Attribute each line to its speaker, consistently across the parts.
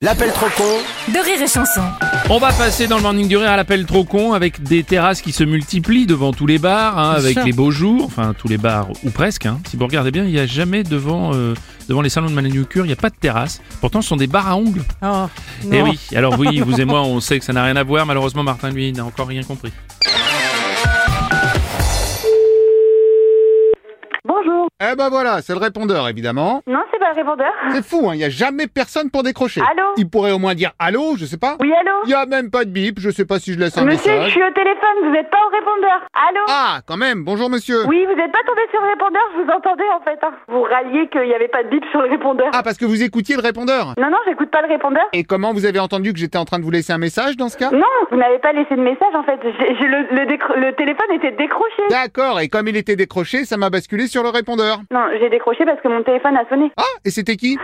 Speaker 1: L'appel trop con
Speaker 2: de rire et chanson.
Speaker 3: On va passer dans le morning du rire à l'appel trop con avec des terrasses qui se multiplient devant tous les bars, hein, avec les beaux jours, enfin tous les bars ou presque. hein. Si vous regardez bien, il n'y a jamais devant, euh, devant les salons de manucure, il n'y a pas de terrasse. Pourtant, ce sont des bars à ongles. Eh oui, alors oui, vous et moi, on sait que ça n'a rien à voir. Malheureusement, Martin, lui, n'a encore rien compris.
Speaker 4: Bonjour.
Speaker 5: Eh ben voilà, c'est le répondeur évidemment.
Speaker 4: Non, c'est pas le répondeur.
Speaker 5: C'est fou, hein, il y a jamais personne pour décrocher.
Speaker 4: Allô
Speaker 5: Il pourrait au moins dire allô, je sais pas.
Speaker 4: Oui, allô
Speaker 5: Il y a même pas de bip, je sais pas si je laisse un
Speaker 4: Monsieur, je
Speaker 5: message.
Speaker 4: suis au téléphone, vous n'êtes pas au répondeur. Allô
Speaker 5: Ah, quand même. Bonjour monsieur.
Speaker 4: Oui, vous n'êtes pas tombé sur le répondeur, je vous entendais en fait. hein. Vous ralliez qu'il n'y avait pas de bip sur le répondeur.
Speaker 5: Ah, parce que vous écoutiez le répondeur.
Speaker 4: Non, non, j'écoute pas le répondeur.
Speaker 5: Et comment vous avez entendu que j'étais en train de vous laisser un message dans ce cas
Speaker 4: Non, vous n'avez pas laissé de message en fait. J'ai- j'ai le, le décro- le téléphone était décroché.
Speaker 5: D'accord, et comme il était décroché, ça m'a basculé sur le répondeur.
Speaker 4: Non, j'ai décroché parce que mon téléphone a sonné.
Speaker 5: Ah, et c'était qui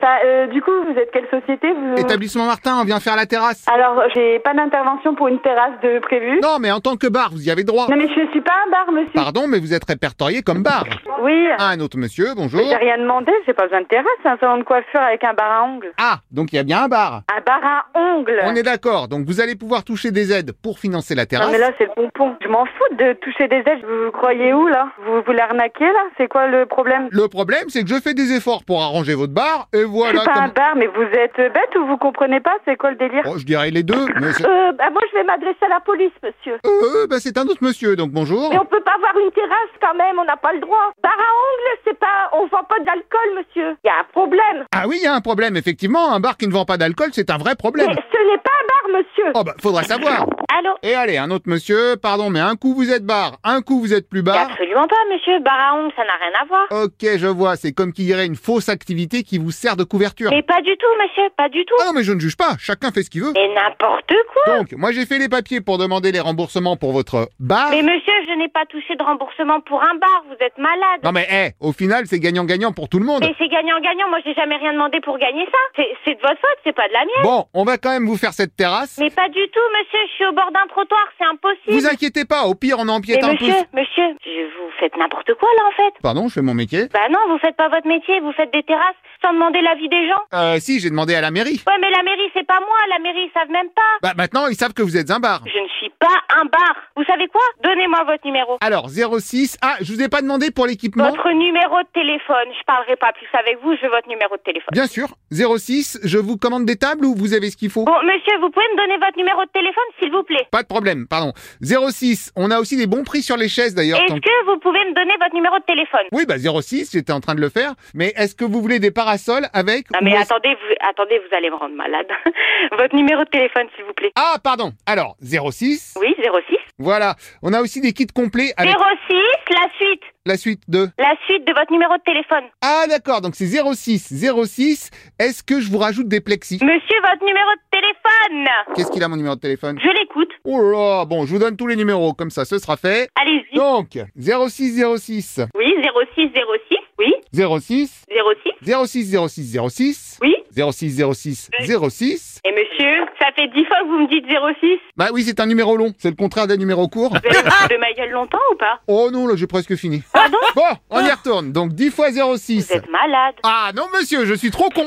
Speaker 4: Bah, euh, du coup, vous êtes quelle société vous...
Speaker 5: Établissement Martin, on vient faire la terrasse.
Speaker 4: Alors, j'ai pas d'intervention pour une terrasse de prévue.
Speaker 5: Non, mais en tant que bar, vous y avez droit.
Speaker 4: Non, mais je suis pas un bar, monsieur.
Speaker 5: Pardon, mais vous êtes répertorié comme bar.
Speaker 4: Oui.
Speaker 5: Ah, un autre monsieur, bonjour.
Speaker 4: J'ai rien demandé, j'ai pas besoin de terrasse, c'est un salon de coiffure avec un bar à ongles.
Speaker 5: Ah, donc il y a bien un bar.
Speaker 4: Un bar à ongles
Speaker 5: On est d'accord, donc vous allez pouvoir toucher des aides pour financer la terrasse.
Speaker 4: Non Ah, mais là c'est le pompon. Je m'en fous de toucher des ailes. Vous, vous croyez où là Vous vous l'arnaquez là C'est quoi le problème
Speaker 5: Le problème, c'est que je fais des efforts pour arranger votre bar, et
Speaker 4: Je suis
Speaker 5: voilà
Speaker 4: pas un
Speaker 5: comme...
Speaker 4: bar, mais vous êtes bête ou vous comprenez pas C'est quoi le délire
Speaker 5: Oh, je dirais les deux, mais c'est...
Speaker 4: euh, bah, moi je vais m'adresser à la police, monsieur.
Speaker 5: Euh, euh, bah, c'est un autre monsieur, donc bonjour.
Speaker 6: Mais on peut pas avoir une terrasse quand même, on n'a pas le droit. Bar à ongles, c'est pas. On vend pas d'alcool, monsieur. Il y a un problème.
Speaker 5: Ah oui, il y a un problème, effectivement, un bar qui ne vend pas d'alcool, c'est un vrai
Speaker 6: Mais
Speaker 5: problème.
Speaker 6: ce n'est pas un bar, monsieur.
Speaker 5: Oh bah, faudra savoir.
Speaker 6: Allô
Speaker 5: Et allez, un autre monsieur, pardon, mais un coup vous êtes bar, un coup vous êtes plus bar. Oh.
Speaker 6: Absolument pas, monsieur. Bar à ongles, ça n'a rien à voir.
Speaker 5: Ok, je vois, c'est comme qu'il y aurait une fausse activité qui vous sert de couverture.
Speaker 6: Mais pas du tout, monsieur, pas du tout.
Speaker 5: Ah non, mais je ne juge pas, chacun fait ce qu'il veut.
Speaker 6: Mais n'importe quoi.
Speaker 5: Donc, moi j'ai fait les papiers pour demander les remboursements pour votre bar.
Speaker 6: Mais monsieur, je n'ai pas touché de remboursement pour un bar, vous êtes malade.
Speaker 5: Non mais, hé, au final, c'est gagnant-gagnant pour tout le monde.
Speaker 6: Mais c'est gagnant-gagnant, moi j'ai jamais rien demandé pour gagner ça. C'est- C'est de votre faute, c'est pas de la mienne.
Speaker 5: Bon, on va quand même vous faire cette terrasse.
Speaker 6: Mais pas du tout, monsieur, je suis au bord d'un trottoir, c'est
Speaker 5: Vous
Speaker 6: impossible.
Speaker 5: inquiétez pas, au pire on empiète
Speaker 6: Mais
Speaker 5: un
Speaker 6: monsieur,
Speaker 5: peu.
Speaker 6: monsieur, je- vous faites n'importe quoi là en fait.
Speaker 5: Pardon, je fais mon métier.
Speaker 6: Bah non, vous faites pas votre métier, vous faites des terrasses sans demander l'avis des gens.
Speaker 5: Euh, si, j'ai demandé à la mairie.
Speaker 6: Ouais, mais la mairie, c'est pas moi, la mairie, ils savent même pas.
Speaker 5: Bah maintenant, ils savent que vous êtes un bar.
Speaker 6: Je ne suis pas un bar. Vous savez quoi Donnez-moi votre numéro.
Speaker 5: Alors, 06... Ah, je vous ai pas demandé pour l'équipement
Speaker 6: Votre numéro de téléphone. Je parlerai pas plus avec vous, je veux votre numéro de téléphone.
Speaker 5: Bien sûr. 06, je vous commande des tables ou vous avez ce qu'il faut
Speaker 6: Bon, monsieur, vous pouvez me donner votre numéro de téléphone, s'il vous plaît
Speaker 5: Pas de problème, pardon. 06, on a aussi des bons prix sur les chaises d'ailleurs.
Speaker 6: Est-ce
Speaker 5: tant que-
Speaker 6: que vous pouvez me donner votre numéro de téléphone
Speaker 5: Oui, bah 06, j'étais en train de le faire. Mais est-ce que vous voulez des parasols avec... ou
Speaker 6: Non, Ah, mais
Speaker 5: est-ce-
Speaker 6: attendez, vous, attendez, vous allez me rendre malade. votre numéro de téléphone, s'il vous plaît.
Speaker 5: Ah, pardon. Alors, 06,
Speaker 6: Oui, 06.
Speaker 5: voilà. On a aussi des kits complets avec
Speaker 6: 06, la suite.
Speaker 5: la suite de...
Speaker 6: La suite de votre numéro de téléphone.
Speaker 5: Ah d'accord, donc c'est 06 06. Est-ce que je vous rajoute des plexis
Speaker 6: Monsieur, votre numéro de téléphone.
Speaker 5: Qu'est-ce qu'il a mon numéro de téléphone
Speaker 6: Je l'écoute.
Speaker 5: Oh là là, bon, je vous donne tous les numéros comme ça, ce sera fait.
Speaker 6: Allez-y.
Speaker 5: Donc 06 06
Speaker 6: Oui, 06 06. Oui,
Speaker 5: 06
Speaker 6: 06.
Speaker 5: 06 06 06
Speaker 6: Oui.
Speaker 5: 06 06 06.
Speaker 6: Et monsieur, ça fait dix fois que vous me dites 06.
Speaker 5: Bah oui, c'est un numéro long, c'est le contraire des numéros courts.
Speaker 6: Vous allez me foutre de ma gueule longtemps ou pas
Speaker 5: Oh non, là j'ai presque fini.
Speaker 6: Pardon Oh
Speaker 5: Bon, on y retourne. Donc 10 fois
Speaker 6: Vous
Speaker 5: 06.
Speaker 6: êtes malade.
Speaker 5: Ah non monsieur, je suis trop con.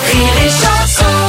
Speaker 2: Rire et chanson.